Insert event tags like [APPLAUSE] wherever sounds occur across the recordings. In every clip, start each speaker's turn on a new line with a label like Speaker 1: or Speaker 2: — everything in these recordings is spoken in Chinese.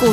Speaker 1: 股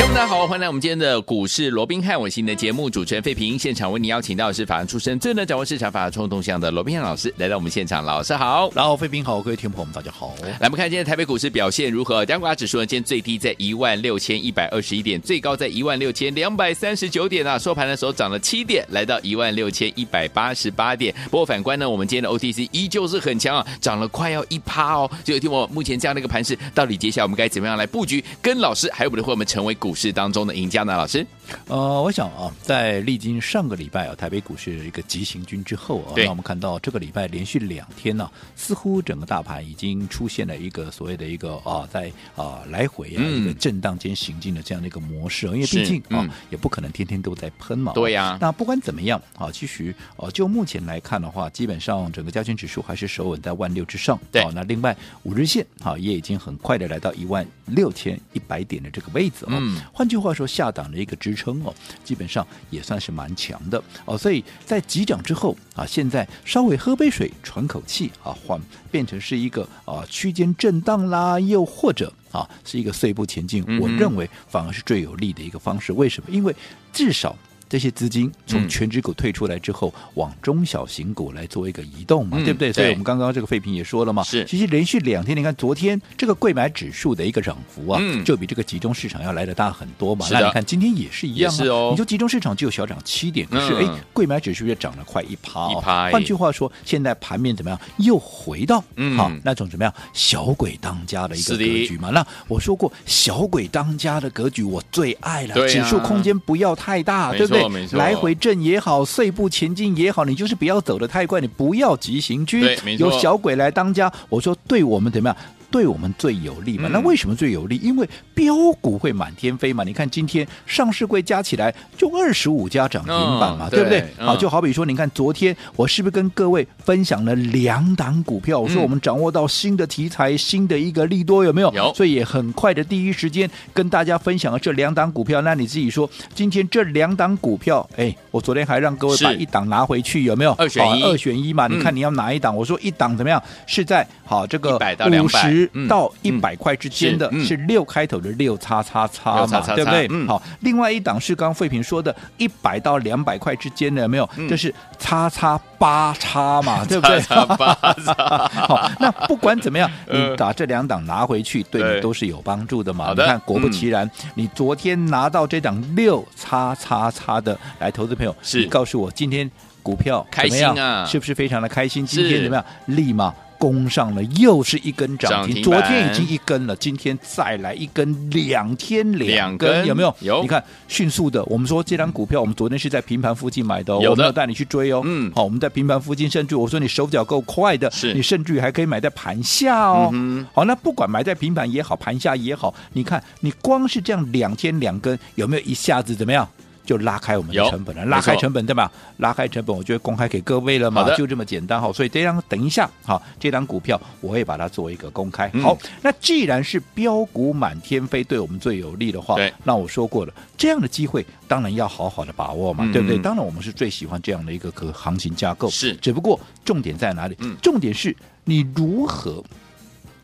Speaker 2: 各位大家好，欢迎来我们今天的股市罗宾汉，我是你的节目主持人费平。现场为你邀请到的是法律出身、最能掌握市场法律冲动向的罗宾汉老师来到我们现场，老师好。
Speaker 3: 然后，飞兵好，各位听众朋友们，大家好。
Speaker 2: 来，我们看今天台北股市表现如何？加权指数呢，今天最低在一万六千一百二十一点，最高在一万六千两百三十九点啊。收盘的时候涨了七点，来到一万六千一百八十八点。不过反观呢，我们今天的 OTC 依旧是很强啊，涨了快要一趴哦。所以听我目前这样的一个盘势，到底接下来我们该怎么样来布局？跟老师还有我们的会员们成为股市当中的赢家呢？老师，
Speaker 3: 呃，我想啊，在历经上个礼拜啊，台北股市一个急行军之后啊，
Speaker 2: 对
Speaker 3: 那我们看到这个礼拜连续两天呢、似乎整个大盘已经出现了一个所谓的一个啊，在啊来回啊、
Speaker 2: 嗯
Speaker 3: 一个震荡间行进的这样的一个模式啊，因为
Speaker 2: 是
Speaker 3: 毕竟啊、
Speaker 2: 嗯
Speaker 3: 也不可能天天都在喷嘛，
Speaker 2: 对 [LAUGHS] 呀
Speaker 3: 那不管怎么样啊，其实呃，就目前来看的话，基本上整个加权指数还是守稳在万六之上。啊
Speaker 2: 对
Speaker 3: 好那另外五日线啊，也已经很快的来到一万六千一百点的这个位置哦。
Speaker 2: 嗯
Speaker 3: 换句话说，下档的一个支撑哦，基本上也算是蛮强的哦。所以在急涨之后啊，现在稍微喝杯水，喘口气啊，缓变成是一个啊区间震荡啦，又或者。啊，是一个碎步前进，
Speaker 2: 嗯哼
Speaker 3: 我认为反而是最有利的一个方式。为什么？因为至少这些资金
Speaker 2: 嗯
Speaker 3: 从全指股退出来之后，往中小型股来做一个移动嘛，
Speaker 2: 嗯
Speaker 3: 对不对？所以
Speaker 2: 对
Speaker 3: 我们刚刚这个废品也说了嘛，
Speaker 2: 是
Speaker 3: 其实连续两天，你看昨天这个贵买指数的一个涨幅啊，
Speaker 2: 嗯
Speaker 3: 就比这个集中市场要来的大很多嘛。
Speaker 2: 是的
Speaker 3: 那你看今天也是一样、啊，
Speaker 2: 也是哦
Speaker 3: 你就集中市场只有小涨七点，可是
Speaker 2: 嗯
Speaker 3: 哎、贵买指数也涨了快一趴、哦，
Speaker 2: 一趴哎
Speaker 3: 换句话说，现在盘面怎么样？又回到
Speaker 2: 嗯
Speaker 3: 好、那种怎么样小鬼当家的一个
Speaker 2: 是的
Speaker 3: 格局嘛。那我说过，小鬼当家的格局我最爱了，
Speaker 2: 对啊
Speaker 3: 指数空间不要太大，
Speaker 2: 没
Speaker 3: 对不对
Speaker 2: 错没？错
Speaker 3: 来回震也好，碎步前进也好，你就是不要走得太快，你不要急行军
Speaker 2: 对没，错
Speaker 3: 有小鬼来当家，我说对我们怎么样？对我们最有利嘛？
Speaker 2: 嗯
Speaker 3: 那为什么最有利？因为标股会满天飞嘛。你看今天上市柜加起来就二十五家涨停板嘛，
Speaker 2: 嗯
Speaker 3: 对不对
Speaker 2: 对？嗯
Speaker 3: 好，就好比说，你看昨天我是不是跟各位分享了两档股票？我说
Speaker 2: 嗯
Speaker 3: 我们掌握到新的题材、新的一个利多，有没有？
Speaker 2: 有
Speaker 3: 所以也很快的第一时间跟大家分享了这两档股票。那你自己说，今天这两档股票，哎，我昨天还让各位
Speaker 2: 是
Speaker 3: 把一档拿回去，有没有？
Speaker 2: 二选一
Speaker 3: 好二选一嘛。
Speaker 2: 嗯
Speaker 3: 你看你要哪一档？我说一档怎么样？是在好这个
Speaker 2: 100到
Speaker 3: 五十
Speaker 2: 嗯
Speaker 3: 到一百块之间的，
Speaker 2: 嗯是嗯
Speaker 3: 是六开头的六叉叉叉嘛，
Speaker 2: 6
Speaker 3: 对不对？
Speaker 2: 嗯
Speaker 3: 好，另外一档是刚刚费平说的，一百到两百块之间的，有没有？这是叉叉八叉嘛，对不对？
Speaker 2: 嗯叉叉八叉
Speaker 3: [LAUGHS] 好，那不管怎么样，
Speaker 2: [LAUGHS] 呃
Speaker 3: 你把这两档拿回去，对
Speaker 2: 对
Speaker 3: 你都是有帮助的嘛。
Speaker 2: 好的嗯
Speaker 3: 你看，果不其然，你昨天拿到这档六叉叉叉的，来，投资朋友，
Speaker 2: 是
Speaker 3: 你告诉我今天股票
Speaker 2: 开心啊
Speaker 3: 怎么样是不是非常的开心？今
Speaker 2: 是
Speaker 3: 天怎么样？立马。攻上了，又是一根涨
Speaker 2: 涨
Speaker 3: 停。
Speaker 2: 停
Speaker 3: 昨
Speaker 2: 板
Speaker 3: 天已经一根了，今天再来一根，两天
Speaker 2: 两
Speaker 3: 两
Speaker 2: 根
Speaker 3: 根，有没有？
Speaker 2: 有
Speaker 3: 你看，迅速的，我们说这张股票，我们昨天是在平盘附近买的哦，
Speaker 2: 有的
Speaker 3: 我没有带你去追哦。
Speaker 2: 嗯
Speaker 3: 好，我们在平盘附近，甚至我说你手脚够快的，
Speaker 2: 是
Speaker 3: 你甚至于还可以买在盘下哦。
Speaker 2: 嗯
Speaker 3: 好，那不管买在平盘也好，盘下也好，你看你光是这样两天两根，有没有一下子怎么样？就拉开我们的
Speaker 2: 有
Speaker 3: 成本了，
Speaker 2: 没
Speaker 3: 拉开
Speaker 2: 错
Speaker 3: 成本对吧？拉开成本，我就会公开给各位了
Speaker 2: 好
Speaker 3: 嘛
Speaker 2: 的，
Speaker 3: 就这么简单哈。所以这张等一下好，这张股票我会把它作为一个公开。
Speaker 2: 嗯
Speaker 3: 好，那既然是标股满天飞，对我们最有利的话
Speaker 2: 对，
Speaker 3: 那我说过了，这样的机会当然要好好的把握嘛，
Speaker 2: 嗯
Speaker 3: 对不对？
Speaker 2: 嗯
Speaker 3: 当然我们是最喜欢这样的一个可行情架构，
Speaker 2: 是
Speaker 3: 只不过重点在哪里？
Speaker 2: 嗯
Speaker 3: 重点是你如何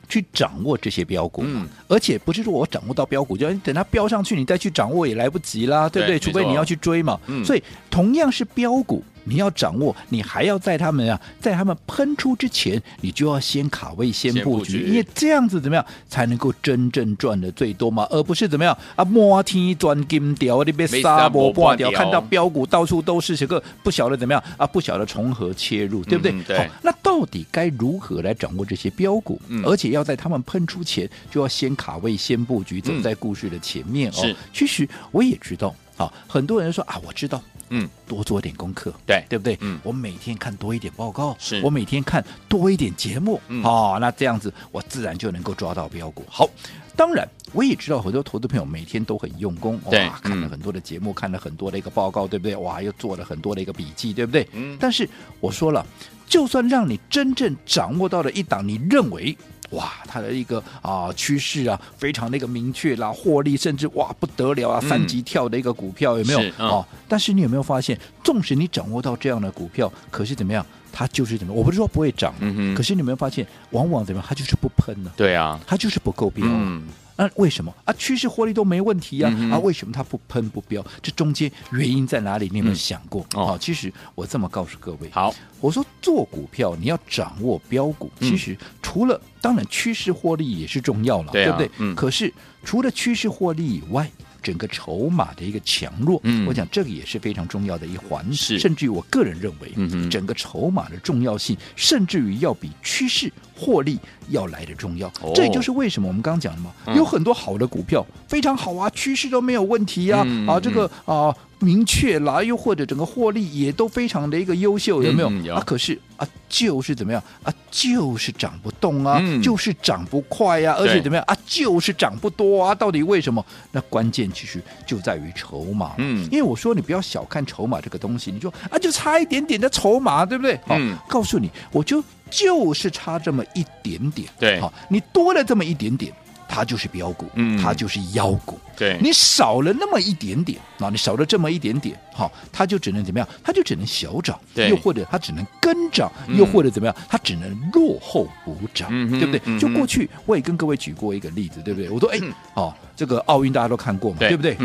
Speaker 3: 去掌握这些标股嘛。
Speaker 2: 嗯
Speaker 3: 而且不是说我掌握到标股，就哎等它飙上去，你再去掌握也来不及啦，对不
Speaker 2: 对
Speaker 3: 对？
Speaker 2: 没错
Speaker 3: 除非你要去追嘛。
Speaker 2: 嗯
Speaker 3: 所以同样是标股。你要掌握，你还要在他们啊，在他们喷出之前，你就要先卡位、先
Speaker 2: 先布
Speaker 3: 布局，
Speaker 2: 局
Speaker 3: 因为这样子怎么样才能够真正赚的最多嘛，而不是怎么样啊摸天钻金条，你被
Speaker 2: 被
Speaker 3: 沙
Speaker 2: 沙漠
Speaker 3: 漠挂
Speaker 2: 半
Speaker 3: 掉，
Speaker 2: 条
Speaker 3: 看到标股到处都是，这个不晓得怎么样啊，不晓得从何切入，对不对？
Speaker 2: 嗯对
Speaker 3: 好，那到底该如何来掌握这些标股？
Speaker 2: 嗯
Speaker 3: 而且要在他们喷出前，就要先卡位、先布局，走在故事的前面哦。
Speaker 2: 是
Speaker 3: 其实我也知道，啊，很多人说啊，我知道。
Speaker 2: 嗯，
Speaker 3: 多做点功课，
Speaker 2: 对
Speaker 3: 对不对？
Speaker 2: 嗯
Speaker 3: 我每天看多一点报告，
Speaker 2: 是
Speaker 3: 我每天看多一点节目，
Speaker 2: 嗯
Speaker 3: 哦，那这样子我自然就能够抓到标股。好，当然我也知道很多投资朋友每天都很用功，
Speaker 2: 对
Speaker 3: 哇，看了
Speaker 2: 嗯
Speaker 3: 很多的节目，看了很多的一个报告，对不对？哇，又做了很多的一个笔记，对不对？
Speaker 2: 嗯
Speaker 3: 但是我说了，就算让你真正掌握到了一档，你认为。哇，它的一个啊、趋势啊，非常的一个明确啦，获利甚至哇不得了啊，
Speaker 2: 嗯
Speaker 3: 三级跳的一个股票有没有
Speaker 2: 是？嗯
Speaker 3: 哦，但是你有没有发现，纵使你掌握到这样的股票，可是怎么样，它就是怎么样？我不是说不会涨，
Speaker 2: 嗯哼
Speaker 3: 可是你有没有发现，往往怎么样，它就是不喷呢、
Speaker 2: 对啊，
Speaker 3: 它就是不够标、啊。
Speaker 2: 嗯，
Speaker 3: 那为什么啊？趋势获利都没问题呀、啊，
Speaker 2: 嗯哼
Speaker 3: 为什么它不喷不飙？这中间原因在哪里？你有没
Speaker 2: 嗯
Speaker 3: 有想过？
Speaker 2: 哦
Speaker 3: 好其实我这么告诉各位，
Speaker 2: 好，
Speaker 3: 我说做股票你要掌握标股，
Speaker 2: 嗯
Speaker 3: 其实除了当然趋势获利也是重要了，
Speaker 2: 对啊
Speaker 3: 不对？
Speaker 2: 嗯
Speaker 3: 可是除了趋势获利以外。整个筹码的一个强弱，
Speaker 2: 嗯
Speaker 3: 我讲这个也是非常重要的一环，
Speaker 2: 是
Speaker 3: 甚至于我个人认为，
Speaker 2: 嗯哼
Speaker 3: 整个筹码的重要性，甚至于要比趋势获利要来的重要。
Speaker 2: 哦
Speaker 3: 这也就是为什么我们刚刚讲的嘛，
Speaker 2: 嗯
Speaker 3: 有很多好的股票非常好啊，趋势都没有问题呀、啊，
Speaker 2: 嗯嗯
Speaker 3: 这个啊、明确啦，又或者整个获利也都非常的一个优秀，有没有？
Speaker 2: 嗯嗯有
Speaker 3: 啊，可是啊，就是怎么样啊，就是涨不动啊，
Speaker 2: 嗯
Speaker 3: 就是涨不快呀、而且
Speaker 2: 对
Speaker 3: 怎么样啊，就是涨不多啊，到底为什么？那关键其实就在于筹码嘛。
Speaker 2: 嗯
Speaker 3: 因为我说你不要小看筹码这个东西，你说啊，就差一点点的筹码，对不对？好
Speaker 2: 嗯
Speaker 3: 告诉你，我就就是差这么一点点，
Speaker 2: 对
Speaker 3: 好，你多了这么一点点。它就是标股，
Speaker 2: 嗯
Speaker 3: 它就是妖股，
Speaker 2: 对，
Speaker 3: 你少了那么一点点啊，你少了这么一点点，好、它就只能怎么样？它就只能小涨，
Speaker 2: 对
Speaker 3: 又或者它只能跟涨，
Speaker 2: 嗯
Speaker 3: 又或者怎么样？它只能落后补涨，
Speaker 2: 嗯哼
Speaker 3: 对不对？
Speaker 2: 嗯哼嗯
Speaker 3: 就过去我也跟各位举过一个例子，对不对？我说，哎，哦，这个奥运大家都看过嘛，
Speaker 2: 对
Speaker 3: 不对？啊、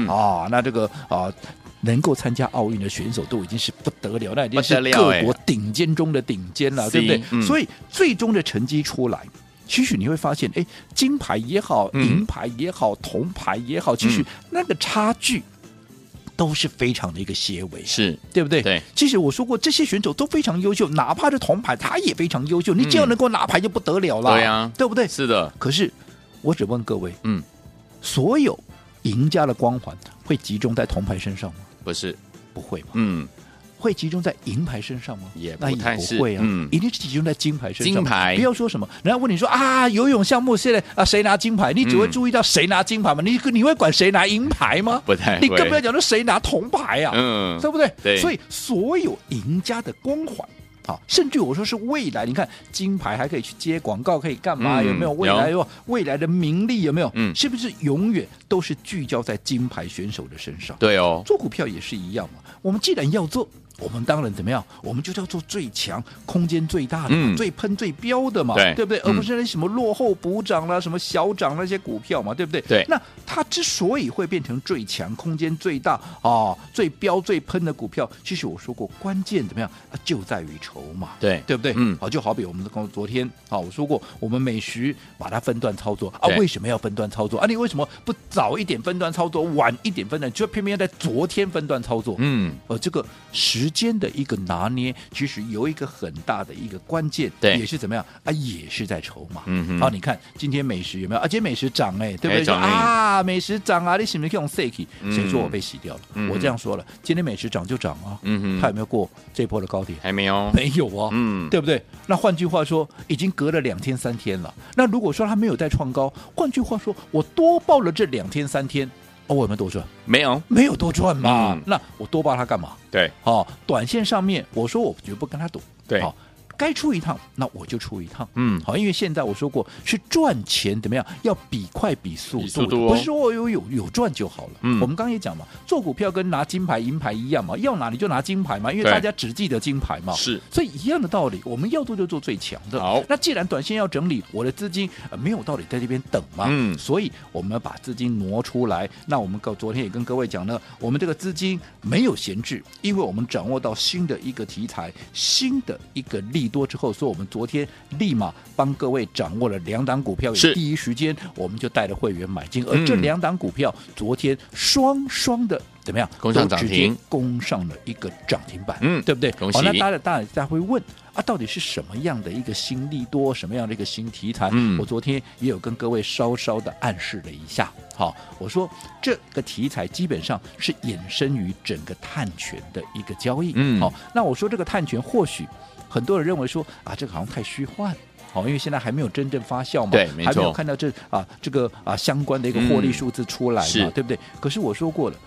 Speaker 2: 嗯
Speaker 3: 那这个啊。能够参加奥运的选手都已经是不得了，那已经是
Speaker 2: 不得了
Speaker 3: 各
Speaker 2: 哎
Speaker 3: 国顶尖中的顶尖了，对不对
Speaker 2: 是？嗯
Speaker 3: 所以最终的成绩出来，其实你会发现，哎，金牌也好，
Speaker 2: 嗯
Speaker 3: 银牌也好，铜牌也好，其实
Speaker 2: 嗯
Speaker 3: 那个差距都是非常的一个些微，
Speaker 2: 是
Speaker 3: 对不对？
Speaker 2: 对，
Speaker 3: 其实我说过，这些选手都非常优秀，哪怕是铜牌，他也非常优秀。你只要
Speaker 2: 嗯
Speaker 3: 能够拿牌就不得了了，
Speaker 2: 对啊
Speaker 3: 对不对？
Speaker 2: 是的，
Speaker 3: 可是我只问各位，
Speaker 2: 嗯，
Speaker 3: 所有赢家的光环会集中在铜牌身上吗？
Speaker 2: 不是，
Speaker 3: 不会吧？
Speaker 2: 嗯，
Speaker 3: 会集中在银牌身上吗？
Speaker 2: 也不
Speaker 3: 那
Speaker 2: 太
Speaker 3: 也
Speaker 2: 是
Speaker 3: 不会啊，
Speaker 2: 嗯
Speaker 3: 一定是集中在金牌身上。
Speaker 2: 金牌
Speaker 3: 不要说什么，人家问你说啊，游泳项目现在啊谁拿金牌，你只会
Speaker 2: 嗯
Speaker 3: 注意到谁拿金牌吗？你你会管谁拿银牌吗？
Speaker 2: 不太会
Speaker 3: 你更不要讲说谁拿铜牌啊，
Speaker 2: 嗯
Speaker 3: 对不对？
Speaker 2: 对
Speaker 3: 所以所有赢家的光环。啊，甚至我说是未来，你看金牌还可以去接广告，可以干嘛？
Speaker 2: 嗯
Speaker 3: 有没有
Speaker 2: 有
Speaker 3: 未来？有哦未来的名利有没有？
Speaker 2: 嗯
Speaker 3: 是不是永远都是聚焦在金牌选手的身上？
Speaker 2: 对哦，
Speaker 3: 做股票也是一样嘛。我们既然要做，我们当然怎么样？我们就叫做最强、空间最大的、
Speaker 2: 嗯
Speaker 3: 最喷最标的嘛，
Speaker 2: 对
Speaker 3: 不对？
Speaker 2: 嗯
Speaker 3: 而不是那些什么落后补涨啦、什么小涨那些股票嘛，对不对？
Speaker 2: 对
Speaker 3: 那它之所以会变成最强、空间最大啊、最标、最喷的股票，其实我说过，关键怎么样啊就在于筹码。
Speaker 2: 对
Speaker 3: 对不对？
Speaker 2: 嗯
Speaker 3: 好，就好比我们刚昨天，好，我说过，我们美食把它分段操作啊
Speaker 2: 对，
Speaker 3: 为什么要分段操作啊？你为什么不早一点分段操作，晚一点分段，就偏偏在昨天分段操作？
Speaker 2: 嗯，
Speaker 3: 呃，这个时间的一个拿捏，其实有一个很大的一个关键，
Speaker 2: 对
Speaker 3: 也是怎么样啊，也是在筹码。
Speaker 2: 嗯哼
Speaker 3: 好、你看今天美食有没有啊？今天美食涨哎、对不
Speaker 2: 哎
Speaker 3: 对？
Speaker 2: 涨哎
Speaker 3: 啊，美食涨啊，你是不是用 s a k
Speaker 2: 嗯
Speaker 3: 谁说我被洗掉了？
Speaker 2: 嗯
Speaker 3: 我这样说了，今天美食涨就涨啊，
Speaker 2: 嗯哼
Speaker 3: 它有没有过这波的高点？
Speaker 2: 还没哦有，
Speaker 3: 没有啊，
Speaker 2: 嗯，
Speaker 3: 对不对？那换句话说，已经隔了两天三天了。那如果说它没有再创高，换句话说，我多报了这两天三天，哦，我有没有多赚？
Speaker 2: 没有，
Speaker 3: 没有多赚嘛。
Speaker 2: 嗯
Speaker 3: 那我多报它干嘛？
Speaker 2: 对，
Speaker 3: 哦，短线上面我说我绝不跟他赌，
Speaker 2: 对
Speaker 3: 好、该出一趟那我就出一趟，
Speaker 2: 嗯
Speaker 3: 好，因为现在我说过是赚钱怎么样，要比快比速
Speaker 2: 比
Speaker 3: 度的，
Speaker 2: 速度哦
Speaker 3: 不是说我有有有赚就好了。
Speaker 2: 嗯
Speaker 3: 我们刚刚也讲嘛，做股票跟拿金牌银牌一样嘛，要拿你就拿金牌嘛，因为
Speaker 2: 对
Speaker 3: 大家只记得金牌嘛，
Speaker 2: 是
Speaker 3: 所以一样的道理，我们要做就做最强的。
Speaker 2: 好
Speaker 3: 那既然短线要整理，我的资金、呃、没有道理在这边等嘛，
Speaker 2: 嗯
Speaker 3: 所以我们把资金挪出来。那我们刚昨天也跟各位讲了，我们这个资金没有闲置，因为我们掌握到新的一个题材、新的一个利多之后，所以我们昨天立马帮各位掌握了两档股票，
Speaker 2: 是
Speaker 3: 也第一时间我们就带着会员买进，而
Speaker 2: 嗯
Speaker 3: 这两档股票昨天双双的怎么样？
Speaker 2: 攻上
Speaker 3: 都直
Speaker 2: 涨
Speaker 3: 接
Speaker 2: 停
Speaker 3: 攻上了一个涨停板，
Speaker 2: 嗯
Speaker 3: 对不对？
Speaker 2: 恭喜
Speaker 3: 好那大家当然大家会问啊，啊，到底是什么样的一个新利多，什么样的一个新题材？
Speaker 2: 嗯
Speaker 3: 我昨天也有跟各位稍稍的暗示了一下。好，我说这个题材基本上是衍生于整个碳权的一个交易。
Speaker 2: 嗯
Speaker 3: 好，那我说这个碳权或许很多人认为说啊，这个好像太虚幻。好，因为现在还没有真正发酵嘛，
Speaker 2: 对没错嗯
Speaker 3: 还没有看到这啊这个啊相关的一个获利数字出来嘛，
Speaker 2: 是
Speaker 3: 对不对？可是我说过了，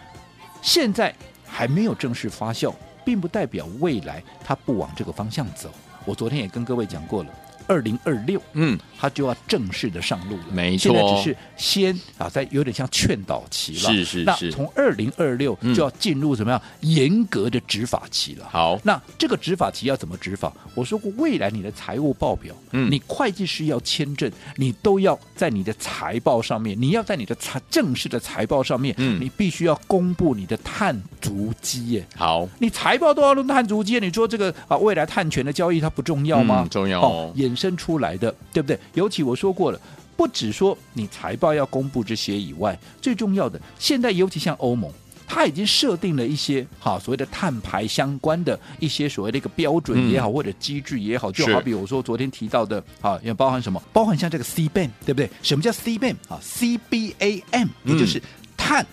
Speaker 3: 现在还没有正式发酵，并不代表未来它不往这个方向走。我昨天也跟各位讲过了，二零二六
Speaker 2: 嗯，
Speaker 3: 它就要正式的上路了，
Speaker 2: 没错
Speaker 3: 现在只是先啊，在有点像劝导期了。
Speaker 2: 是是
Speaker 3: 那
Speaker 2: 是
Speaker 3: 从二零二六
Speaker 2: 嗯
Speaker 3: 就要进入怎么样、严格的执法期了。
Speaker 2: 好，
Speaker 3: 那这个执法期要怎么执法？我说过，未来你的财务报表，
Speaker 2: 嗯
Speaker 3: 你会计师要签证，你都要在你的财报上面，你要在你的财正式的财报上面，
Speaker 2: 嗯
Speaker 3: 你必须要公布你的碳足迹耶。
Speaker 2: 好，
Speaker 3: 你财报都要论碳足迹，你说这个啊，未来碳权的交易它不重要吗？
Speaker 2: 嗯重要哦
Speaker 3: 衍生出来的，对不对？尤其我说过了。不只说你财报要公布这些以外，最重要的，现在尤其像欧盟，它已经设定了一些哈所谓的碳排相关的一些所谓的一个标准也好，
Speaker 2: 嗯
Speaker 3: 或者机制也好，就是好比我说昨天提到的啊，也包含什么？包含像这个 C ban，对不对？什么叫 C ban 啊？CBAM，也就
Speaker 2: 嗯
Speaker 3: 是碳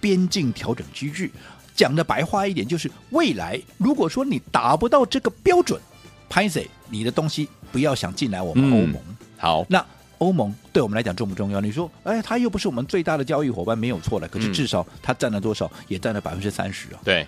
Speaker 3: 边境调整机制。讲的白话一点，就是未来如果说你达不到这个标准 p a y 你的东西不要想进来我们
Speaker 2: 嗯
Speaker 3: 欧盟。
Speaker 2: 好，
Speaker 3: 那欧盟对我们来讲重不重要？你说，哎，它又不是我们最大的交易伙伴，没有错了。可是
Speaker 2: 嗯
Speaker 3: 至少它占了多少？也占了百分之三十啊，
Speaker 2: 对，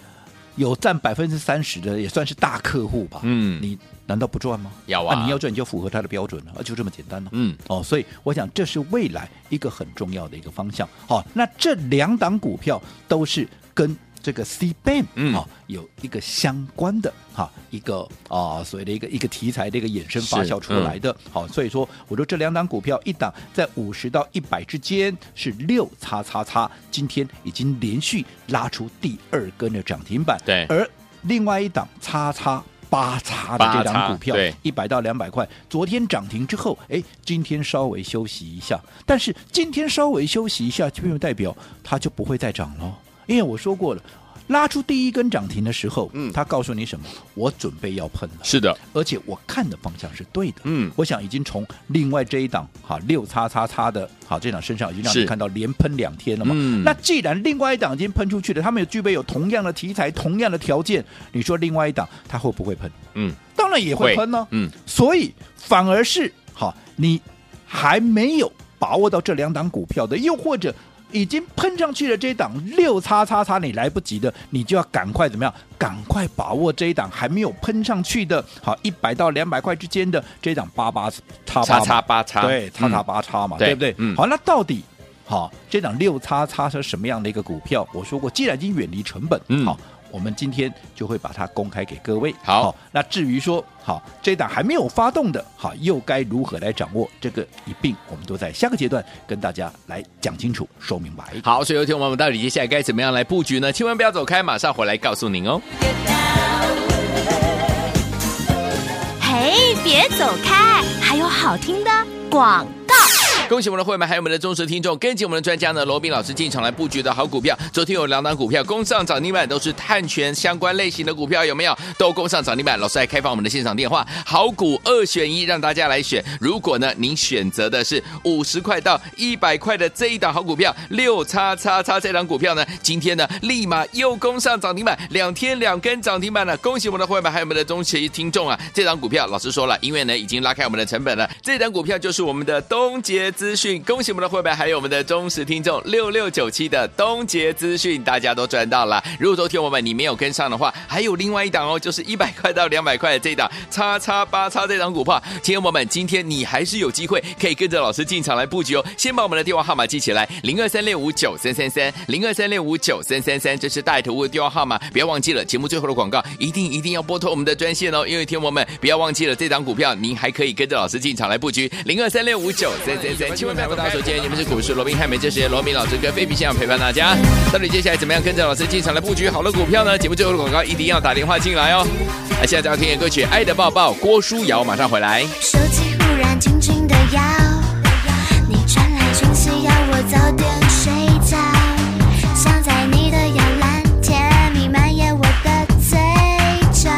Speaker 3: 有占百分之三十的也算是大客户吧。
Speaker 2: 嗯
Speaker 3: 你难道不赚吗？
Speaker 2: 要啊
Speaker 3: 你要赚你就符合它的标准了，啊就这么简单了、
Speaker 2: 嗯，
Speaker 3: 哦，所以我想这是未来一个很重要的一个方向。好、那这两档股票都是跟这个 C ban
Speaker 2: 嗯
Speaker 3: 好、有一个相关的哈、一个啊、所谓的一个一个题材的一个衍生发
Speaker 2: 是嗯
Speaker 3: 酵出来的。好、所以说我说这两档股票一档在五十到一百之间是六叉叉叉，今天已经连续拉出第二根的涨停板，
Speaker 2: 对
Speaker 3: 而另外一档叉叉。八叉的这档股票，
Speaker 2: 八叉对
Speaker 3: 一百到两百块，昨天涨停之后，哎，今天稍微休息一下，但是今天稍微休息一下，并不代表它就不会再涨喽，因为我说过了。拉出第一根涨停的时候，
Speaker 2: 嗯
Speaker 3: 他告诉你什么？我准备要喷了，
Speaker 2: 是的，
Speaker 3: 而且我看的方向是对的。
Speaker 2: 嗯
Speaker 3: 我想已经从另外这一档哈六叉叉叉的哈这档身上已经让
Speaker 2: 是
Speaker 3: 你看到连喷两天了嘛。
Speaker 2: 嗯
Speaker 3: 那既然另外一档已经喷出去了，他们有具备有同样的题材、同样的条件，你说另外一档它会不会喷？
Speaker 2: 嗯，
Speaker 3: 当然也会喷呢、
Speaker 2: 嗯，
Speaker 3: 所以反而是好，你还没有把握到这两档股票的，又或者已经喷上去了这档六叉叉叉，你来不及的，你就要赶快怎么样？赶快把握这一档还没有喷上去的，好一百到两百块之间的这一档八八叉
Speaker 2: 叉
Speaker 3: 八
Speaker 2: 叉八叉，
Speaker 3: 对，叉叉
Speaker 2: 嗯，
Speaker 3: 八叉嘛，
Speaker 2: 对
Speaker 3: 对不对？
Speaker 2: 嗯
Speaker 3: 好，那到底好这档六叉叉是什么样的一个股票？我说过，既然已经远离成本，
Speaker 2: 嗯
Speaker 3: 好。我们今天就会把它公开给各位。
Speaker 2: 好
Speaker 3: 那至于说好这档还没有发动的，好又该如何来掌握这个一并，我们都在下个阶段跟大家来讲清楚、说明白。
Speaker 2: 好，所以有听我们到底接下来该怎么样来布局呢？千万不要走开，马上回来告诉您哦。
Speaker 1: 嘿，别走开，还有好听的广告。
Speaker 2: 恭喜我们的会员们，还有我们的忠实听众，跟紧我们的专家呢，罗斌老师进场来布局的好股票。昨天有两档股票攻上涨停板，都是碳权相关类型的股票，有没有？都攻上涨停板。老师还开放我们的现场电话，好股二选一，让大家来选。如果呢，您选择的是五十块到一百块的这一档好股票，六叉叉叉这档股票呢，今天呢立马又攻上涨停板，两天两根涨停板了。恭喜我们的会员们，还有我们的忠实听众啊！这档股票老师说了，因为呢已经拉开我们的成本了，这档股票就是我们的东杰资讯。恭喜我们的会员，还有我们的忠实听众六六九七的东杰资讯，大家都赚到了。如果说听我们你没有跟上的话，还有另外一档哦，就是一百块到两百块的这档叉叉八叉这档股票，听友们，今天你还是有机会可以跟着老师进场来布局哦。先把我们的电话号码记起来，零二三六五九三三三，零二三六五九三三三，这是带头的电话号码，不要忘记了。节目最后的广告一定一定要拨通我们的专线哦，因为听友们不要忘记了这档股票，您还可以跟着老师进场来布局，零二三六五九三三三，千万不要走开。首先，你们是股市罗宾汉美，这时间罗宾老师跟菲比现场陪伴大家。到底接下来怎么样跟着老师进场来布局好的股票呢？节目最后的广告一定要打电话进来哦。那现在就要听的歌曲《爱的抱抱》，郭书瑶马上回来。
Speaker 4: 手机忽然轻轻的摇，你传来讯息要我早点睡觉。想在你的摇篮甜蜜蔓延我的嘴角，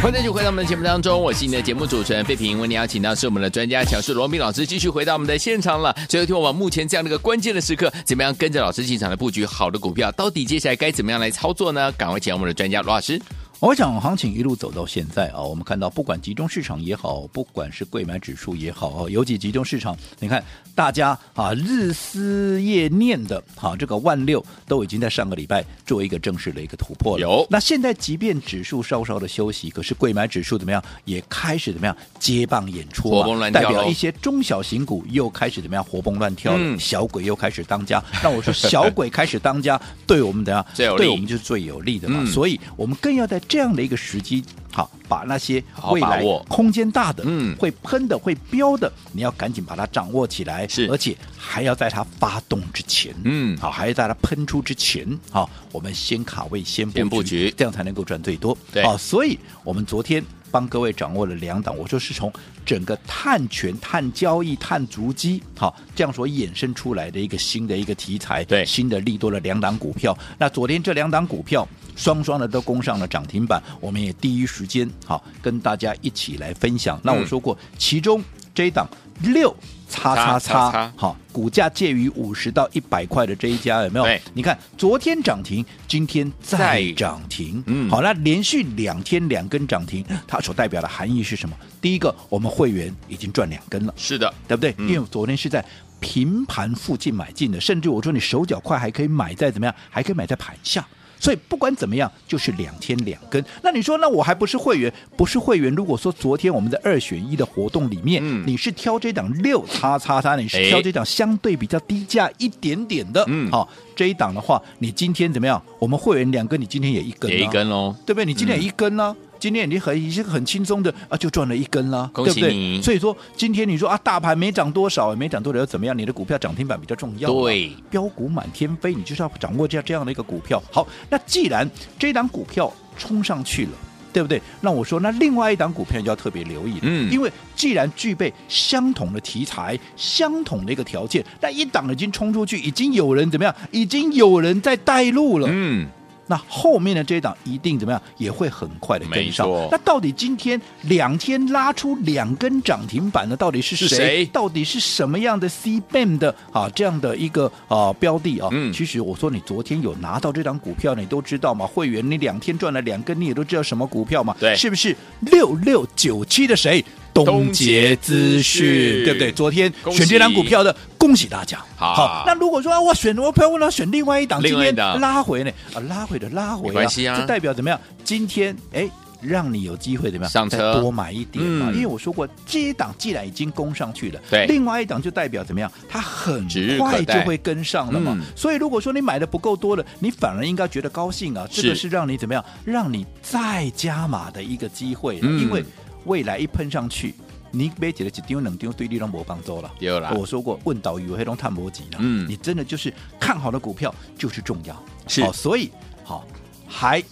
Speaker 2: 欢迎继续回到我们的节目当中，我是你的节目主持人费平。为您邀请到是我们的专家强势罗斌老师，继续回到我们的现场了。所以，听我们目前这样的一个关键的时刻，怎么样跟着老师进场来布局好的股票？到底接下来该怎么样来操作呢？赶快请我们的专家罗老师。
Speaker 3: 我想行情一路走到现在啊，我们看到不管集中市场也好，不管是贵买指数也好，哦尤其集中市场，你看大家啊日思夜念的，哈、这个万六都已经在上个礼拜做一个正式的一个突破了。
Speaker 2: 有
Speaker 3: 那现在即便指数稍稍的休息，可是贵买指数怎么样，也开始怎么样接棒演出
Speaker 2: 活
Speaker 3: 嘛，
Speaker 2: 蹦乱跳
Speaker 3: 代表
Speaker 2: 咯
Speaker 3: 一些中小型股又开始怎么样活蹦乱跳了，
Speaker 2: 嗯
Speaker 3: 小鬼又开始当家。那我说小鬼开始当家，对我们
Speaker 2: [LAUGHS]
Speaker 3: 怎样？
Speaker 2: 最有利
Speaker 3: 对我们就是最有利的嘛。
Speaker 2: 嗯
Speaker 3: 所以我们更要在这样的一个时机，好把那些
Speaker 2: 好
Speaker 3: 未
Speaker 2: 把
Speaker 3: 来
Speaker 2: 握
Speaker 3: 空间大的、
Speaker 2: 嗯
Speaker 3: 会喷的、会飙的，你要赶紧把它掌握起来，
Speaker 2: 是
Speaker 3: 而且还要在它发动之前，
Speaker 2: 嗯
Speaker 3: 好，还要在它喷出之前，好，我们先卡位，先布局，
Speaker 2: 先布局
Speaker 3: 这样才能够赚最多。
Speaker 2: 对
Speaker 3: 好，所以我们昨天。帮各位掌握了两档，我说是从整个碳权、碳交易、碳足迹，好这样所衍生出来的一个新的一个题材，
Speaker 2: 对
Speaker 3: 新的利多的两档股票。那昨天这两档股票双双的都攻上了涨停板，我们也第一时间好跟大家一起来分享。那我
Speaker 2: 嗯
Speaker 3: 说过，其中这一档六叉叉
Speaker 2: 叉叉叉
Speaker 3: 叉，好，股价介于五十到一百块的这一家有没有
Speaker 2: 对？
Speaker 3: 你看昨天涨停，今天再
Speaker 2: 再
Speaker 3: 涨停，
Speaker 2: 嗯
Speaker 3: 好，那连续两天两根涨停，它所代表的含义是什么？第一个，我们会员已经赚两根了。
Speaker 2: 是的，
Speaker 3: 对不对？
Speaker 2: 嗯
Speaker 3: 因为昨天是在平盘附近买进的，甚至我说你手脚快还可以买在怎么样，还可以买在盘下。所以不管怎么样，就是两天两根。那你说，那我还不是会员？不是会员。如果说昨天我们的二选一的活动里面，
Speaker 2: 嗯
Speaker 3: 你是挑这档六叉叉叉，你
Speaker 2: 哎
Speaker 3: 是挑这档相对比较低价一点点的，
Speaker 2: 嗯
Speaker 3: 好、这一档的话，你今天怎么样？我们会员两根，你今天也一根、啊，
Speaker 2: 给一根喽，
Speaker 3: 对不对？你
Speaker 2: 嗯
Speaker 3: 今天也一根啦、今天你很已经很轻松的啊，就赚了一根啦，
Speaker 2: 恭喜
Speaker 3: 对不
Speaker 2: 你
Speaker 3: 对？所以说今天你说啊，大盘没涨多少，没涨多少又怎么样？你的股票涨停板比较重要嘛，
Speaker 2: 对
Speaker 3: 标股满天飞，你就是要掌握这样这样的一个股票。好，那既然这档股票冲上去了。对不对？那我说，那另外一档股票就要特别留意了，
Speaker 2: 嗯
Speaker 3: 因为既然具备相同的题材、相同的一个条件，那一档已经冲出去，已经有人怎么样？已经有人在带路了，
Speaker 2: 嗯，
Speaker 3: 那后面的这一档一定怎么样，也会很快的跟上
Speaker 2: 没错。
Speaker 3: 那到底今天两天拉出两根涨停板的到底是谁？
Speaker 2: 是谁
Speaker 3: 到底是什么样的 C band 的啊这样的一个啊标的啊？
Speaker 2: 嗯
Speaker 3: 其实我说你昨天有拿到这档股票，你都知道嘛。会员你两天赚了两根，你也都知道什么股票嘛？
Speaker 2: 对
Speaker 3: 是不是六六九七的谁？
Speaker 2: 东杰资讯
Speaker 3: 对不对？昨天
Speaker 2: 恭喜
Speaker 3: 选这档股票的，恭喜大家。
Speaker 2: 好
Speaker 3: 那如果说啊，我选我朋友呢选另外一档，
Speaker 2: 另
Speaker 3: 今
Speaker 2: 外一
Speaker 3: 天
Speaker 2: 档
Speaker 3: 拉回呢啊，拉回的拉回。
Speaker 2: 没关系啊
Speaker 3: 这代表怎么样？今天哎。让你有机会怎么样？
Speaker 2: 上车
Speaker 3: 再多买一点嘛，
Speaker 2: 嗯
Speaker 3: 因为我说过，这一档既然已经攻上去了，
Speaker 2: 对
Speaker 3: 另外一档就代表怎么样？它很
Speaker 2: 指日可
Speaker 3: 快就
Speaker 2: 待
Speaker 3: 会跟上了嘛。
Speaker 2: 嗯
Speaker 3: 所以如果说你买的不够多的，你反而应该觉得高兴啊，这个
Speaker 2: 是
Speaker 3: 是让你怎么样？让你再加码的一个机会了，
Speaker 2: 嗯
Speaker 3: 因为未来一喷上去，你别觉得一丢两丢对你都没帮助了。
Speaker 2: 有啦，
Speaker 3: 我说过，问导游黑龙探摩吉呢，
Speaker 2: 嗯
Speaker 3: 你真的就是看好的股票就是重要，
Speaker 2: 是
Speaker 3: 好所以好还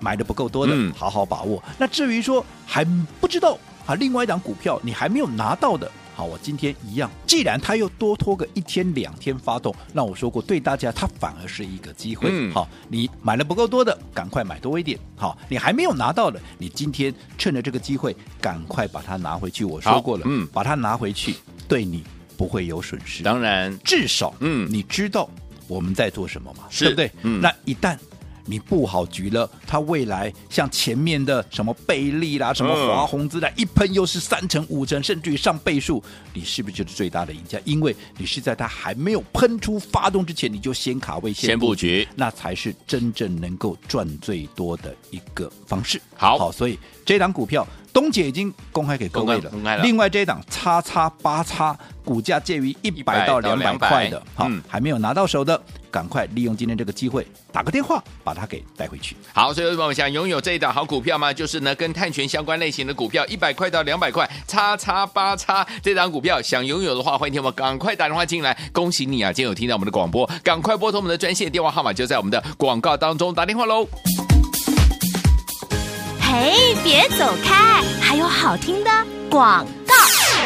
Speaker 3: 买的不够多的，
Speaker 2: 嗯
Speaker 3: 好好把握。那至于说还不知道啊，另外一档股票你还没有拿到的。好，我今天一样，既然它又多拖个一天两天发动，那我说过，对大家它反而是一个机会。
Speaker 2: 嗯
Speaker 3: 好，你买了不够多的，赶快买多一点。好，你还没有拿到的，你今天趁着这个机会，赶快把它拿回去。我
Speaker 2: 好
Speaker 3: 说过了，
Speaker 2: 嗯
Speaker 3: 把它拿回去，对你不会有损失。
Speaker 2: 当然
Speaker 3: 至少，
Speaker 2: 嗯
Speaker 3: 你知道我们在做什么嘛，
Speaker 2: 是
Speaker 3: 对不对？
Speaker 2: 嗯
Speaker 3: 那一旦你布好局了，它未来像前面的什么贝利啦、什么
Speaker 2: 嗯
Speaker 3: 华宏资啦，一喷又是三成、五成，甚至于上倍数，你是不是就是最大的赢家？因为你是在它还没有喷出发动之前，你就先卡位、
Speaker 2: 先布局，
Speaker 3: 那才是真正能够赚最多的一个方式。
Speaker 2: 好
Speaker 3: 所以这档股票，东姐已经公开给各位
Speaker 2: 公开
Speaker 3: 了。
Speaker 2: 公开了
Speaker 3: 另外这一档叉叉八叉，股价介于一
Speaker 2: 100
Speaker 3: 百到
Speaker 2: 到
Speaker 3: 两百
Speaker 2: 200
Speaker 3: 块的，好、
Speaker 2: 嗯
Speaker 3: 还没有拿到手的，赶快利用今天这个机会打个电话把它给带回去。
Speaker 2: 好，所以我们想拥有这一档好股票吗？就是呢，跟碳权相关类型的股票，一百块到两百块，叉叉八叉这档股票，想拥有的话，欢迎听我们赶快打电话进来。恭喜你啊，今天有听到我们的广播，赶快拨通我们的专线电话号码，就在我们的广告当中打电话喽。
Speaker 1: 嘿，别走开，还有好听的广告。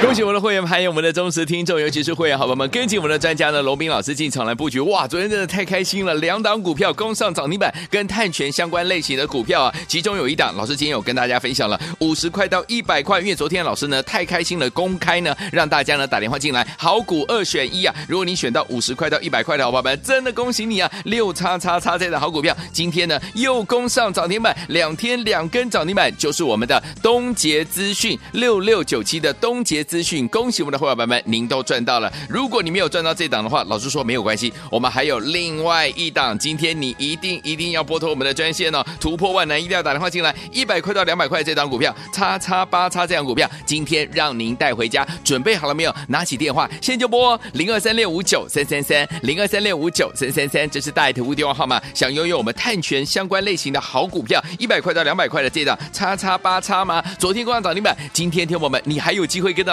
Speaker 2: 恭喜我们的会员，还有我们的忠实听众，尤其是会员好朋友们，跟紧我们的专家呢，龙斌老师进场来布局。哇，昨天真的太开心了，两档股票攻上涨停板，跟碳权相关类型的股票啊，其中有一档，老师今天有跟大家分享了五十块到一百块，因为昨天老师呢太开心了，公开呢让大家呢打电话进来，好股二选一啊，如果你选到五十块到一百块的好朋友们，真的恭喜你啊，六叉叉叉这档好股票，今天呢又攻上涨停板，两天两根涨停板，就是我们的东杰资讯六六九七的东杰资讯，恭喜我们的会员朋友们，您都赚到了。如果你没有赚到这档的话，老实说没有关系，我们还有另外一档，今天你一定一定要拨通我们的专线哦，突破万难一定要打电话进来，一百块到两百块这档股票，叉叉八叉这档股票，今天让您带回家，准备好了没有？拿起电话现在就拨零二三六五九三三三零二三六五九三三三，这是大爱投顾电话号码。想拥有我们碳权相关类型的好股票，一百块到两百块的这档叉叉八叉吗？昨天攻上涨停板，今天天我们你还有机会跟着